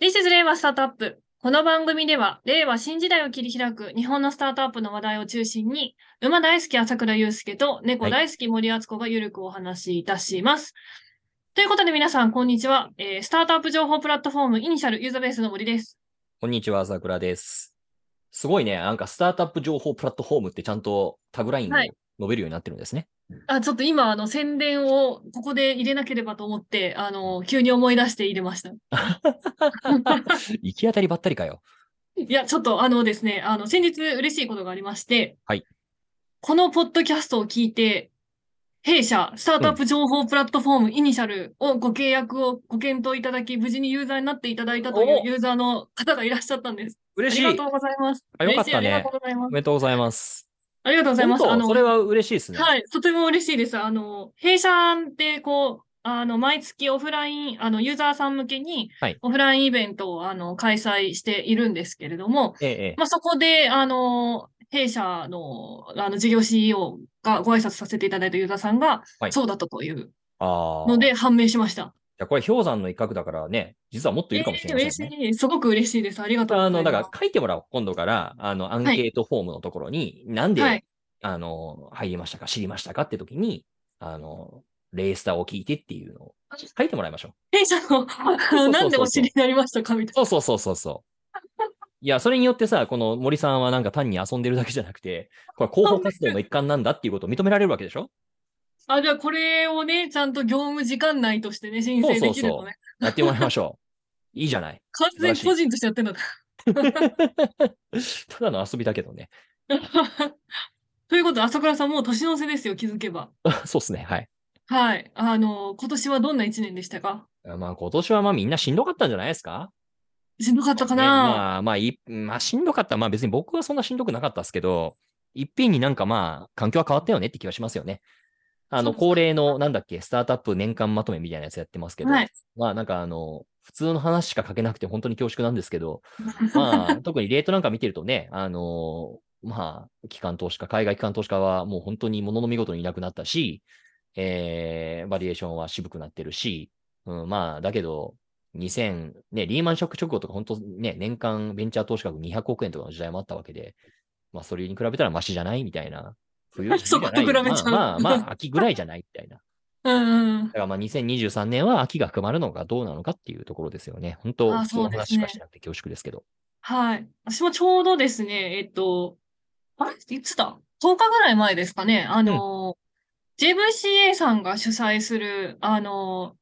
This is 令和スタートアップ。この番組では、令和新時代を切り開く日本のスタートアップの話題を中心に、馬大好き朝倉祐介と猫大好き森敦子がゆるくお話しいたします。ということで皆さん、こんにちは、えースタートアップ情報プラットフォームイニシャルユーザーベースの森です。こんにちは、朝倉です。すごいね、なんかスタートアップ情報プラットフォームってちゃんとタグラインをはい述べるようになってるんですね。あ、ちょっと今、あの、宣伝をここで入れなければと思って、あの、急に思い出して入れました。行き当たりばったりかよ。いや、ちょっとあのですね、あの、先日嬉しいことがありまして、はいこのポッドキャストを聞いて、弊社、スタートアップ情報プラットフォーム、イニシャルをご契約をご検討いただき、無事にユーザーになっていただいたというおユーザーの方がいらっしゃったんです。あ嬉りがとうございます。あよかったね嬉しいありがとうございまおす。めでとうございます。ありがとうございます。あ本当の、それは嬉しいですね。はい、とても嬉しいです。あの、弊社でこう、あの、毎月オフライン、あの、ユーザーさん向けにはい、オフラインイベントを、あの、開催しているんですけれども、ええええまあ、そこで、あの、弊社の、あの、事業 CEO がご挨拶させていただいたユーザーさんが、はいそうだったというああ。のじで、判明しました。ゃあこれ氷山の一角だからね、実はもっといるかもしれませんね。えー嬉しい。すごく嬉しいです。ありがとうござあいます。の、だから書いてもらおう、今度から、あの、アンケートフォームのところに、なんで、はいあの、入りましたか、知りましたかって時に、あの、レイスターを聞いてっていうのを書いてもらいましょう。弊社の、あのなんでお知りになりましたかみたいそうそうそうそうそう。いや、それによってさ、この森さんはなんか単に遊んでるだけじゃなくて、これ広報活動の一環なんだっていうことを認められるわけでしょな。あ、じゃあこれをね、ちゃんと業務時間内としてね、申請できるそうそうとね、やってもらいましょう。 いいじゃない。完全に個人としてやってんだ。ただの遊びだけどね。 ということで、朝倉さんもう年の瀬ですよ、気づけば。そうっすね。はい。はい。あの、今年はどんな一年でしたかまあ今年はまあみんなしんどかったんじゃないですかしんどかったかねな、まあまあい、まあしんどかった。まあ別に僕はそんなしんどくなかったですけど、いっぺんになんかまあ環境は変わったよねって気がしますよね。あのそうそう恒例のなんだっけ、スタートアップ年間まとめみたいなやつやってますけど、はい。まあなんかあの、普通の話しか書けなくて本当に恐縮なんですけど、まあ特にレートなんか見てるとね、あの、まあ、機関投資家、海外機関投資家はもう本当にものの見事にいなくなったし、えー、バリエーションは渋くなってるし、うん、まあ、だけど、2000、ね、リーマンショック直後とか、本当ね、年間ベンチャー投資額200億円とかの時代もあったわけで、まあ、それに比べたらマシじゃないみたいな。冬冬じゃそなこいと比べちゃうまあまあ、まあ、秋ぐらいじゃないみたいな。 うんうんだからまあ2023年は秋が含まれるのかどうなのかっていうところですよね。本あ当、ー普通のそうです話ねしかしなくて恐縮ですけど。はい。私もちょうどですね、えっと、あれいつだ ?10 日ぐらい前ですかね。あの、JVCA さんが主催する、あの、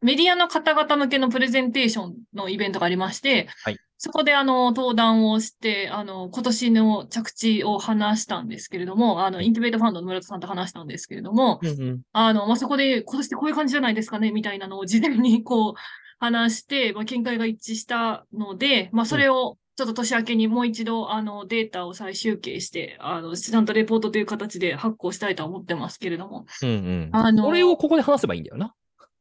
メディアの方々向けのプレゼンテーションのイベントがありまして、はいそこであの、登壇をして、あの、今年の着地を話したんですけれども、あの、はいインキュベートファンドの村田さんと話したんですけれども、うんあの、まあ、そこで、今年ってこういう感じじゃないですかね、みたいなのを事前にこう、話して、 まあ、見解が一致したので、まあ、それを、ちょっと年明けにもう一度、あの、データを再集計して、あの、ちゃんとレポートという形で発行したいとは思ってますけれども。うん。うんあうん。のこれをここで話せばいいんだよな。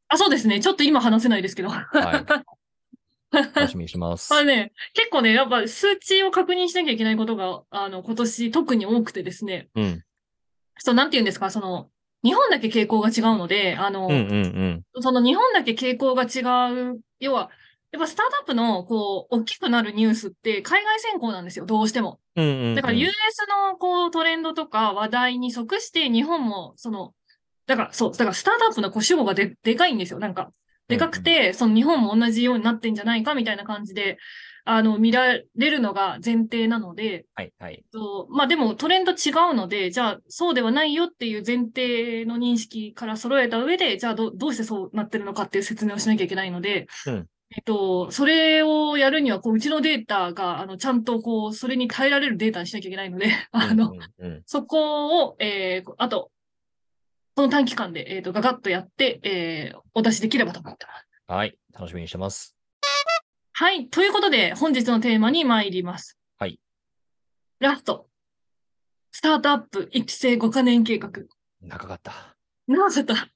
あ、そうですね。ちょっと今話せないですけど。 はい。楽しみにします。まあね、結構ね、やっぱ数値を確認しなきゃいけないことが、あの、今年特に多くてですね。うん。そう、なんて言うんですか、その、日本だけ傾向が違うので、あの、うんうんうん。その日本だけ傾向が違う、要は、やっぱスタートアップの、こう、大きくなるニュースって海外先行なんですよ、どうしても。うんうんうん。だから US の、こう、トレンドとか話題に即して、日本も、その、だから、そう、だからスタートアップのこう主語がででかいんですよ、なんか。でかくて、その日本も同じようになってんじゃないか、みたいな感じで、あの、見られるのが前提なので、はいはい。そうまあでもトレンド違うので、じゃあそうではないよっていう前提の認識から揃えた上で、じゃあどどうしてそうなってるのかっていう説明をしなきゃいけないので、うんえっと、それをやるにはこう、うちのデータがあのちゃんとこうそれに耐えられるデータにしなきゃいけないので、 あのうんうんうんそこを、えーあと、この短期間で、えっとガガッとやって、えーお出しできればと思ってます。はい。楽しみにしてます。はい。ということで、本日のテーマに参ります。はい。ラスト。スタートアップ育成5カ年計画。長かった。なぜだ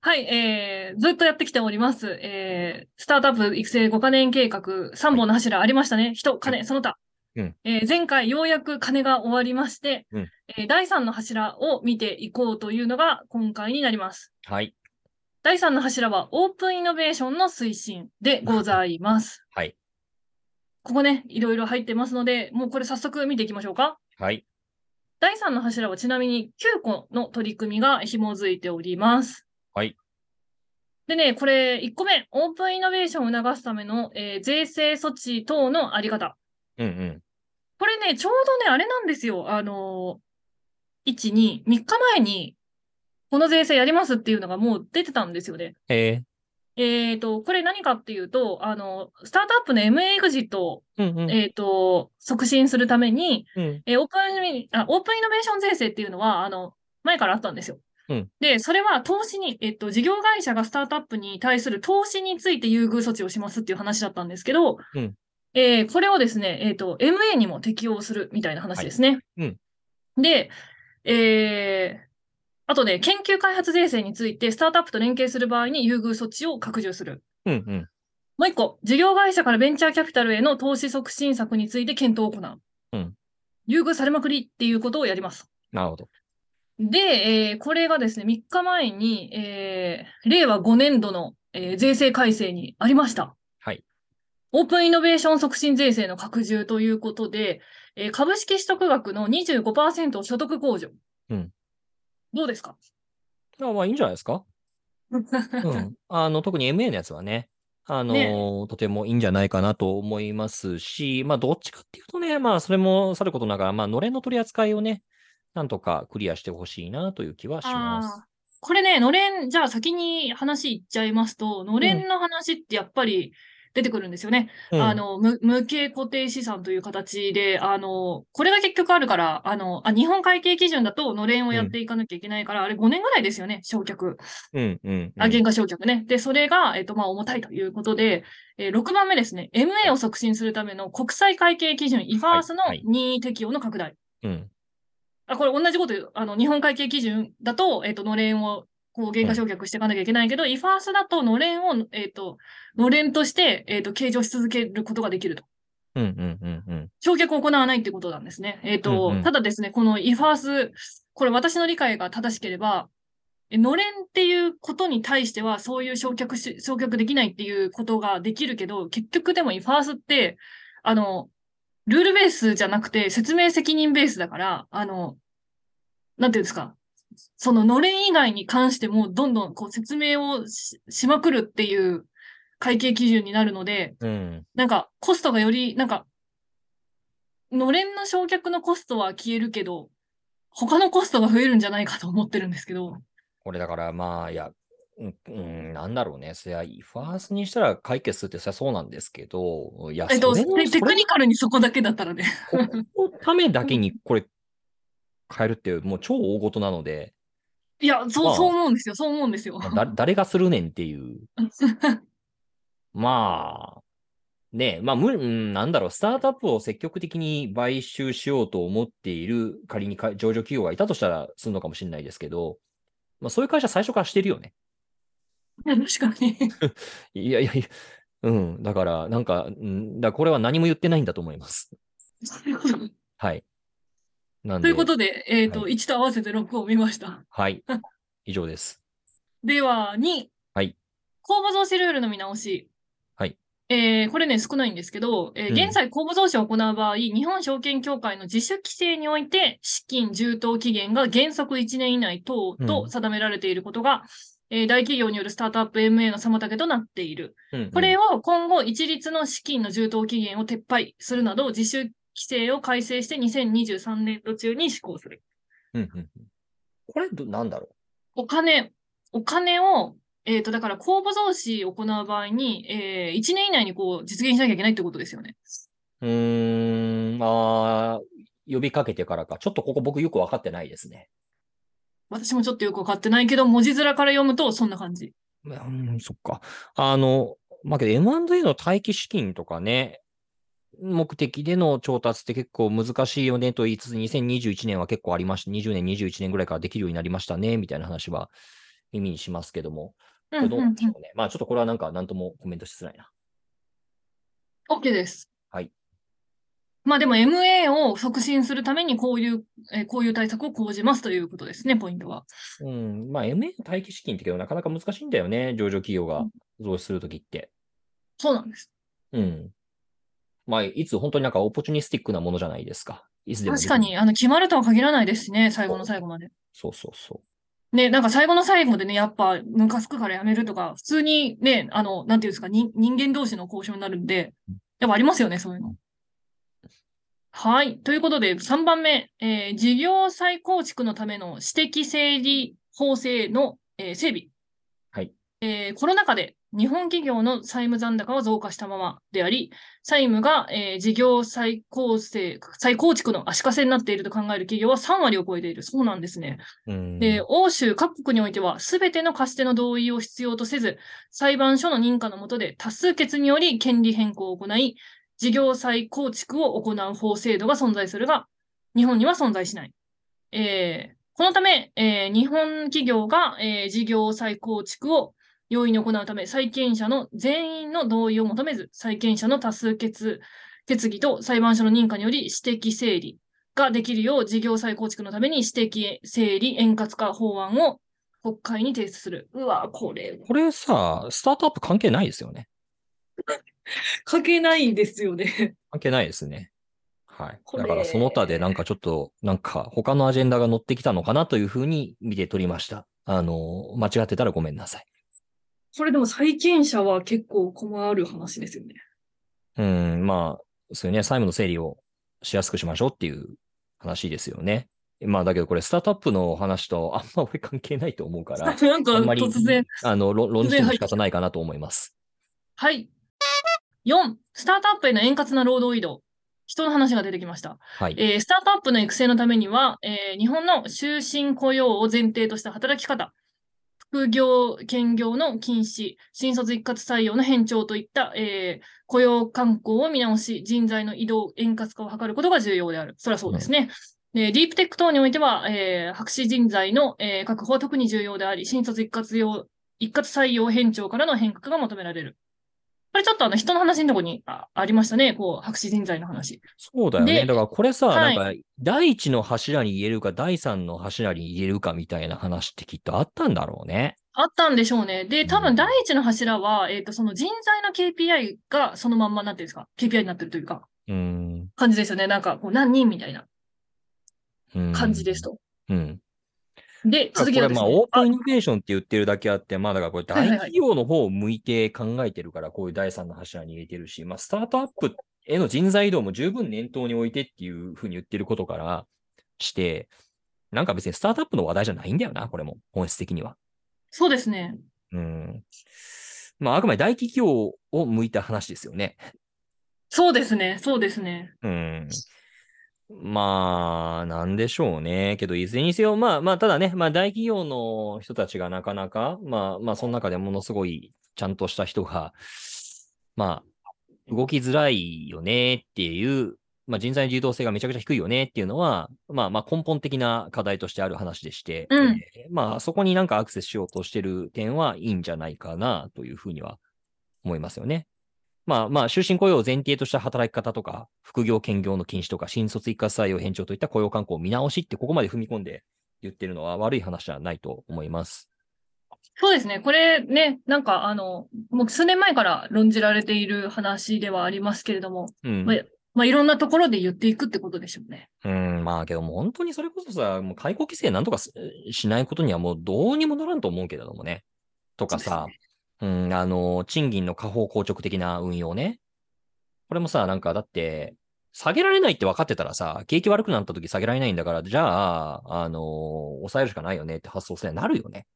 はい、えー、ずっとやってきております。えー、スタートアップ育成5カ年計画、3本の柱ありましたね。人、金、その他。うんえー前回ようやく金が終わりまして、うんえー第3の柱を見ていこうというのが今回になります。はい。第3の柱は、オープンイノベーションの推進でございます。はい。ここね、いろいろ入ってますので、もうこれ早速見ていきましょうか。はい。第3の柱はちなみに9個の取り組みが紐づいております。はい。でね、これ1個目、オープンイノベーションを促すための、えー税制措置等のあり方。うんうん。これね、ちょうどね、あれなんですよ。あのー、1、2、3日前に、この税制やりますっていうのがもう出てたんですよね。ええっ、と、これ何かっていうと、あの、スタートアップの MA エグジットを、ー。うんうん。えっ、と、促進するために、うんえーオープンあ、オープンイノベーション税制っていうのは、あの、前からあったんですよ。うんで、それは投資に、えっと、事業会社がスタートアップに対する投資について優遇措置をしますっていう話だったんですけど、うんえーこれをですね、えっと、MA にも適用するみたいな話ですね。はいで、えーあとね、研究開発税制について、スタートアップと連携する場合に優遇措置を拡充する。うんうん。もう一個、事業会社からベンチャーキャピタルへの投資促進策について検討を行う。うん優遇されまくりっていうことをやります。なるほど。で、えーこれがですね、3日前に、えー令和5年度の、えー税制改正にありました。はい。オープンイノベーション促進税制の拡充ということで、えー株式取得額の25%を所得控除。うんどうですかあまあいいんじゃないで すか。うん。あの、特に MA のやつはね、あのーとてもいいんじゃないかなと思いますし、まあ、どっちかっていうとね、まあ、それもさることながら、まあ、のれんの取り扱いをね、なんとかクリアしてほしいなという気はしますあー。これね、のれん、じゃあ先に話いっちゃいますと、のれんの話ってやっぱり出てくるんですよね。うんあ、の無、無形固定資産という形で、あの、これが結局あるから、あの、あ日本会計基準だとのれんをやっていかなきゃいけないから、あれ5年ぐらいですよね、焼却。うんうんうん、あ、減価償却ね。で、それが、えっと、まあ、重たいということで、えー6番目ですね。MA を促進するための国際会計基準 IFRS のはい任意適用の拡大。うん。あ、これ同じこと言う。あの、日本会計基準だと、えっ、と、のれんを、こう、減価償却していかなきゃいけないけど、イファースだと、のれんを、えっ、と、のれんとして、えっ、と、計上し続けることができると。うんうんうんうん。償却を行わないってことなんですね。えっ、と、うんうんただですね、このイファース、これ私の理解が正しければ、えのれんっていうことに対しては、そういう償却し、償却できないっていうことができるけど、結局でもイファースって、あの、ルールベースじゃなくて、説明責任ベースだから、あの、なんていうんですか、そののれん以外に関しても、どんどんこう説明をししまくるっていう会計基準になるので、うん。なんか、コストがより、なんか、のれんの焼却のコストは消えるけど、他のコストが増えるんじゃないかと思ってるんですけど。これだから、まあ、いや、うんうん、なんだろうね。そりゃ、ファースにしたら解決するって、そりゃそうなんですけど、いや、えっと、そテれのテそれクニカルにそこだけだったらね。ここのためだけにこれ変えるっていう、もう超大事なので、いや、そまう、あそう思うんですよ。そう思うんですよ。まあだ誰がするねんっていう。 まあ、ねえ、まあ、むうん、なんだろう、スタートアップを積極的に買収しようと思っている、仮にか上場企業がいたとしたら、するのかもしれないですけど、まあ、そういう会社最初からしてるよね。確かに。いやいや いや、うん、だから、なんか、うん、だからこれは何も言ってないんだと思います。そういうことはい。なんとで、いうことで、えっ、と、は1と合わせて6を見ました。はい。以上です。では、2。はい。公募増資ルールの見直し。はい。えーこれね、少ないんですけど、えーうん現在公募増資を行う場合、日本証券協会の自主規制において、資金充当期限が原則1年以内等うとん定められていることが、えー大企業によるスタートアップ MA の妨げとなっている。うんうんこれを今後、一律の資金の充当期限を撤廃するなど、自主規制を改正して2023年度中に施行する。うんうんうんこれど、なんだろお金、お金を、えっ、と、だから公募増資を行う場合に、え1年以内にこう実現しなきゃいけないってことですよね。う。うーん、あー呼びかけてからか。ちょっとここ僕よく分かってないですね。私もちょっとよくわかってないけど、文字面から読むとそんな感じ。うん、そっか。あの、まあ、けど M&A の待機資金とかね、目的での調達って結構難しいよねと言いつつ、2021年は結構ありました。20年、21年ぐらいからできるようになりましたね、みたいな話は耳にしますけども。うこん、うん、れどううなんんで。しょうね。まあちょっとこれはなんか何ともコメントしづらいな。 OK です。はい。まあでも MA を促進するためにこういう、えーこういう対策を講じますということですね、ポイントは。うん。まあ、MA の待機資金ってけど、なかなか難しいんだよね。上場企業が増資するときって。そうなんです。うん。まあ、いつ本当になんかオポチュニスティックなものじゃないですか。いつでもでき確るか。に、あの、決まるとは限らないですしね、最後の最後まで。そうそうそね、なんか最後の最後でね、やっぱ、ムカつくからやめるとか、普通にね、あの、なんていうんですか、人人間同士の交渉になるんで、やっぱありますよね、そういうの。はい。ということで、3番目、えー事業再構築のための私的整理法制の、えー整備。はい。えーコロナ禍で日本企業の債務残高は増加したままであり、債務が、えー事業再構成、再構築の足かせになっていると考える企業は3割を超えている。そうなんですね。う。うん。で、欧州各国においては、すべての貸し手の同意を必要とせず、裁判所の認可の下で多数決により権利変更を行い、事業再構築を行う法制度が存在するが、日本には存在しない。えーこのため、えー日本企業が、えー事業再構築を容易に行うため、債権者の全員の同意を求めず、債権者の多数決決議と裁判所の認可により私的整理、ができるよう事業再構築のために指摘整理円滑化法案を国会に提出する。うわ、これ、これさ、スタートアップ関係ないですよね。書けないですよね。 関係ないですね。はい。これだからその他でなんかちょっと、なんか他のアジェンダが乗ってきたのかなというふうに見て取りました。あの、間違ってたらごめんなさい。これでも債権者は結構困る話ですよね。うん、まあ、そういうね、債務の整理をしやすくしましょうっていう話ですよね。まあ、だけどこれスタートアップの話とあんま俺関係ないと思うから、なんかあんま り突然。、あの、論論じて突然も入仕ってきた方ないかなと思います。はい。4、スタートアップへの円滑な労働移動。人の話が出てきました。はい。えースタートアップの育成のためには、えー日本の終身雇用を前提とした働き方、副業、兼業の禁止、新卒一括採用の変調といった、えー雇用慣行を見直し、人材の移動、円滑化を図ることが重要である。そりゃそうですね。でディープテック等においては、えー博士人材の、えー確保は特に重要であり、新卒一括用一括採用変調からの変革が求められる。これちょっとあの人の話のとこにあありましたね、こう博士人材の話。そうだよね。でだからこれさ、はいなんか、第一の柱に言えるか、第三の柱に言えるかみたいな話ってきっとあったんだろうね。あったんでしょうね。で、多うん分第一の柱は、えっ、と、その人材の KPI がそのまんまなんていうんですか、KPI になってるというか、うん。感じですよね。なんか、こう、何人みたいなうん感じです。と。うん。で、続きこがれ、ですまあ、ねオー、プンイノベーションって言ってるだけあって、まあ、だからこれ、はい大はい企業の方を向いて考えてるから、こういう第三の柱に入れてるし、まあ、スタートアップへの人材移動も十分念頭に置いてっていうふうに言ってることからして、なんか別にスタートアップの話題じゃないんだよな、これも、本質的には。そうですね。うん。まあ、あくまで大企業を向いた話ですよね。そうですね。そうですね。うん。まあ、なんでしょうね。けど、いずれにせよ、まあまあ、ただね、まあ大企業の人たちがなかなか、まあまあ、その中でものすごいちゃんとした人が、まあ、動きづらいよねっていう、まあ人材の流動性がめちゃくちゃ低いよねっていうのは、まあまあ根本的な課題としてある話でして、うんえーまあそこになんかアクセスしようとしてる点はいいんじゃないかなというふうには思いますよね。まあまあ、終身雇用を前提とした働き方とか、副業兼業の禁止とか、新卒一括採用偏重といった雇用慣行を見直しって、ここまで踏み込んで言ってるのは悪い話じゃないと思います。そうですね。これね、なんか、あの、もう数年前から論じられている話ではありますけれども、うんま。あまあ、いろんなところで言っていくってことでしょうね。うん、まあけどもう本当にそれこそさ、もう解雇規制なんとかすしないことにはもうどうにもならんと思うけれどもね。とかさ、うん、あの、賃金の下方硬直的な運用ね。これもさ、なんかだって、下げられないって分かってたらさ、景気悪くなった時下げられないんだから、じゃあ、あの抑えるしかないよねって発想性になるよね。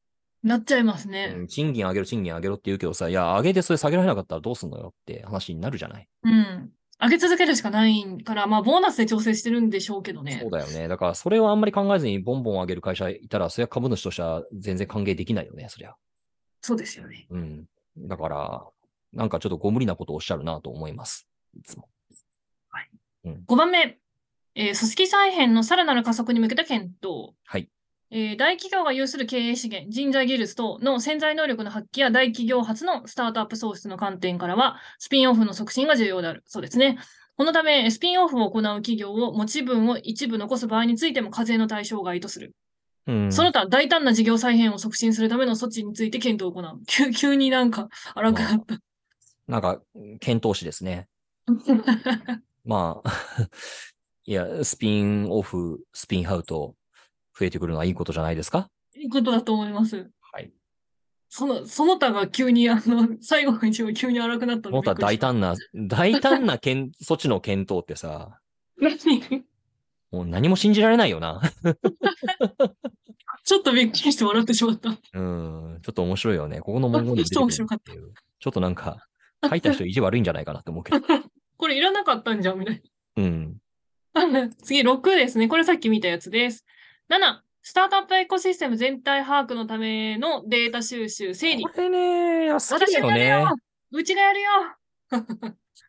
なっちゃいますねう。ん賃金上げろ、賃金上げろって言うけどさ、いや、上げてそれ下げられなかったらどうすんのよって話になるじゃない。うん。上げ続けるしかないから、まあ、ボーナスで調整してるんでしょうけどねそう。だよね。だから、それをあんまり考えずにボンボン上げる会社いたら、それは株主としては全然歓迎できないよね、そりゃ。そうですよね。うん。だから、なんかちょっとご無理なことをおっしゃるなと思います。いつも。 5番目、えー組織再編のさらなる加速に向けた検討。はいえー大企業が有する経営資源、人材技術等の潜在能力の発揮や大企業発のスタートアップ創出の観点からは、スピンオフの促進が重要である。そうですね。このため、スピンオフを行う企業を持ち分を一部残す場合についても課税の対象外とする。うんその他、大胆な事業再編を促進するための措置について検討を行う。急 急になんか荒くなった。なんか、検討士ですね。まあ、 いや、スピンオフ、スピンアウト、増えてくるのはいいことじゃないですかいいことだと思います。はい。その、その他が急に、あの、 最後の一応急に荒くなったそののび他っくり大した胆な、大胆なけん 措置の検討ってさ、何 もう何も信じられないよな。ちょっとびっくりして笑ってしまった。うん、ちょっと面白いよね。ここの文言で出てくるっていうちょっとなんか、書いた人意地悪いんじゃないかなって思うけど。 これいらなかったんじゃん、みたいな。うん。 次、6ですね。これさっき見たやつです。7、スタートアップエコシステム全体把握のためのデータ収集、整理こ。れね、好き私だよがやねるよ。うちがやるよ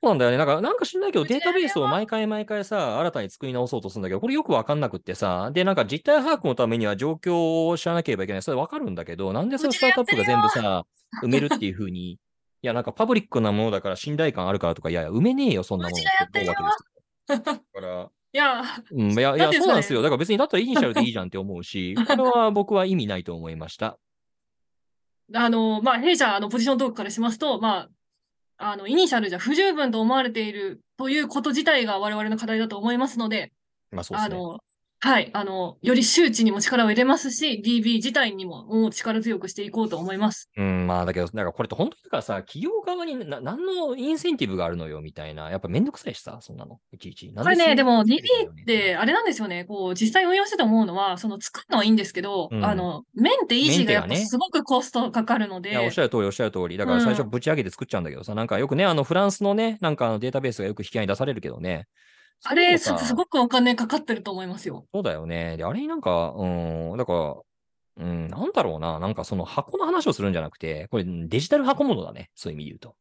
そうなんだよね。なんか、なんか知んないけど、うちデのータベースを毎回毎回さ、新たに作り直そうとするんだけど、これよくわかんなくってさ、で、なんか実態把握のためには状況を知らなければいけない。それわかるんだけど、なんでそれうスちタがやっートアッてプるがよ全部さ、埋めるっていうふうに。いや、なんかパブリックなものだから信頼感あるからとか、いやいや、埋めねえよ、そんなものうちがやってるよって思うわけですよ。だから、いや、うん、いや、いだっや、てそうなんでそすれよ。だから別にだったらイニシャルでいいじゃんって思う し、これは僕は意味ないと思いました。あの、まあ、弊社のポジショントークからしますと、まあ、あの、イニシャルじゃ不十分と思われているということ自体が我々の課題だと思いますので、まあそうであすね。の、はい、あの、より周知にも力を入れますし、DB 自体にももう力強くしていこうと思います。うん、まあだけど、なんかこれって本当にだからさ、企業側にな何のインセンティブがあるのよみたいな、やっぱめんどくさいしさ、そんなの、いちいち。これね、でも DB っでて、あれなんですよね、こう、実際運用してて思うのは、その作るのはいいんですけど、うんあの、メンテ維持がやっぱメンテがねすごくコストかかるのいや、おっでし、ゃる通り、おっしゃる通り。だからうん最初ぶち上げて作っちゃうんだけどさ、なんかよくね、あのフランスのね、なんかあのデータベースがよく引き合いに出されるけどね。あれ、そすういうのさすごくお金かかってると思いますよ。そうだよね。で、あれになんか、うん、だから、うん、なんだろうな、なんかその箱の話をするんじゃなくて、これうんデジタル箱物だね。そういう意味で言うと。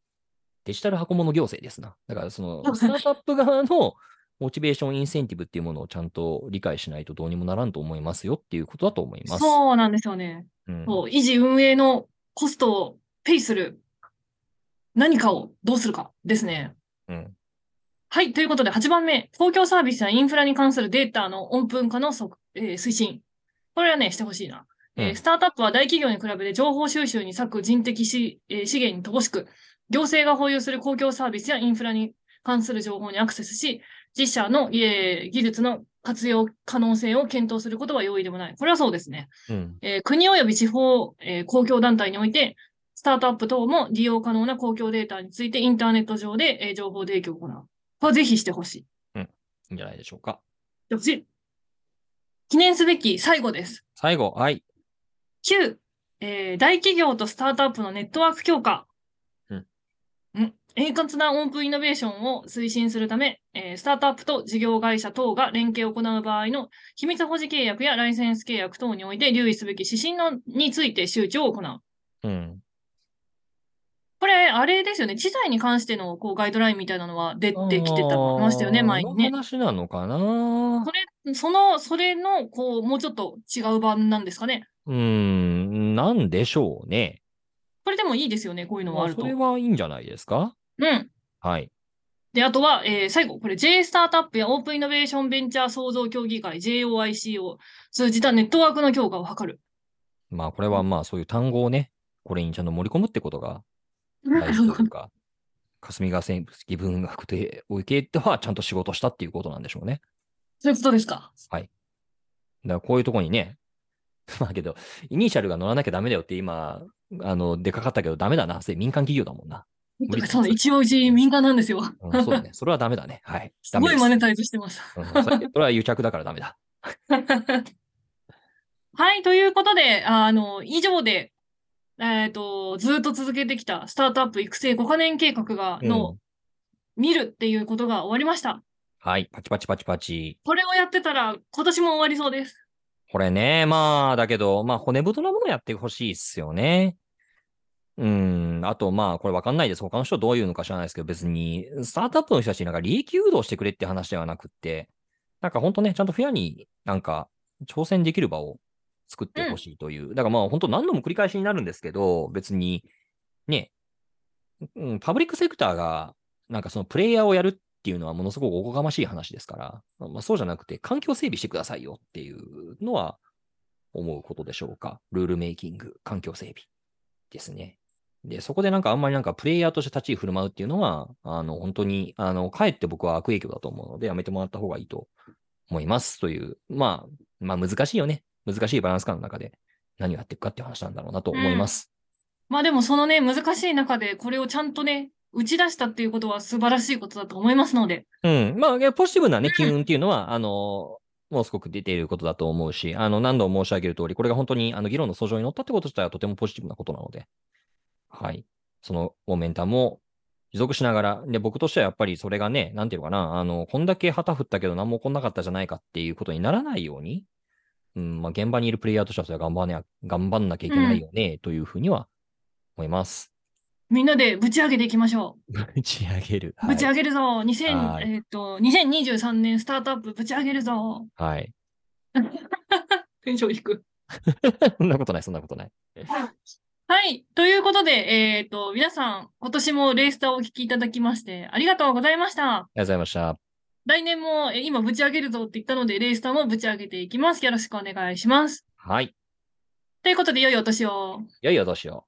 デジタル箱物行政ですな。だからその、スタートアップ側のモチベーションインセンティブっていうものをちゃんと理解しないとどうにもならんと思いますよっていうことだと思います。そうなんですよね。うんそう維持運営のコストをペイする何かをどうするかですね。うんはい。ということで、8番目。公共サービスやインフラに関するデータのオープン化の促、えー推進。これはね、してほしいな、えーうんスタートアップは大企業に比べて情報収集に割く人的資,、えー資源に乏しく、行政が保有する公共サービスやインフラに関する情報にアクセスし、自社の、えー技術の活用可能性を検討することは容易でもない。これはそうですね。うんえー国及び地方、えー公共団体において、スタートアップ等も利用可能な公共データについてインターネット上で、えー情報提供を行う。これはぜひしてほしい。しいいんじゃないでしょうか。てほしい。記念すべき最後です。最後、はい。 9、えー大企業とスタートアップのネットワーク強化。うんうん円滑なオープンイノベーションを推進するため、えースタートアップと事業会社等が連携を行う場合の秘密保持契約やライセンス契約等において留意すべき指針のについて周知を行う。うん。これ、あれですよね。知財に関してのこうガイドラインみたいなのは出てきてたのましたよね、あー前にねの。話なのかなこれ、その、それの、こう、もうちょっと違う版なんですかね。うん、なんでしょうね。これでもいいですよね、こういうのまはああるそと。れはいいんじゃないですかうん。はい。で、あとは、えー最後、これ J スタートアップやオープンイノベーションベンチャー創造協議会 JOIC を通じたネットワークの強化を図る。まあ、これはまあ、そういう単語をね、これにちゃんと盛り込むってことが大事というか、霞が関文学でおいては、ちゃんと仕事したっていうことなんでしょうね。そういうことですか。だから、こういうとこにね、 まあけど、イニシャルが乗らなきゃダメだよって今、あの、出かかったけど、ダメだな。それ民間企業だもんな。無理ですそう一応うち民間なんですよ。うん、そう だね。それはダメだね。はい。すごいマダメネですタイズしてます。うんそれそれは癒着だからダメだ。はい、ということで、あの、以上で、えっ、と、ずっと続けてきたスタートアップ育成5カ年計画が、うのん、見るっていうことが終わりました。はい。パチパチパチパチ。これをやってたら、今年も終わりそうです。これね、まあ、だけど、まあ、骨太なものやってほしいっすよね。うん、あと、まあ、これわかんないです。他の人どういうのか知らないですけど、別に、スタートアップの人たちになんか利益誘導してくれって話ではなくって、なんか本当ね、ちゃんとフェアになんか挑戦できる場を作ってほしいという。だからまあ、本当何度も繰り返しになるんですけど、別に、ね、うん、パブリックセクターが、なんかそのプレイヤーをやるっていうのはものすごくおこがましい話ですから、まあ、そうじゃなくて、環境整備してくださいよっていうのは思うことでしょうか。ルールメイキング、環境整備ですね。で、そこでなんかあんまりなんかプレイヤーとして立ち居振る舞うっていうのは、あの、本当に、あの、かえって僕は悪影響だと思うので、やめてもらった方がいいと思いますという、まあ、まあ難しいよね。難しいバランス感の中で何をやっていくかっていう話なんだろうなと思います。まあでもそのね、難しい中でこれをちゃんとね、打ち出したっていうことは素晴らしいことだと思いますので。うん。まあいや、ポジティブなね、うん機運っていうのは、あの、もうすごく出ていることだと思うし、あの、何度も申し上げる通り、これが本当に、あの、議論の訴状に乗ったってこと自体はとてもポジティブなことなので、はい。そのモメンタムを持続しながら、で、僕としてはやっぱりそれがね、なんていうのかな、あの、こんだけ旗振ったけど何も起こんなかったじゃないかっていうことにならないように、うん、まあ、現場にいるプレイヤーとしてはそれは頑張らね、頑張んなきゃいけないよね、というふうには思います。 みんなでぶち上げていきましょぶち上げる。う。ぶち上げるぞ。2000、はいえっと、2023年スタートアップぶち上げるぞ。はい。 はい。テンション低く。そんなことない、そんなことない。はい。ということで、えっと、皆さん、今年もレースターをお聞きいただきまして、ありがとうございました。ありがとうございました。来年も、え今ぶち上げるぞって言ったので、レースターもぶち上げていきます。よろしくお願いします。はい。ということで、良いお年を。良いお年を。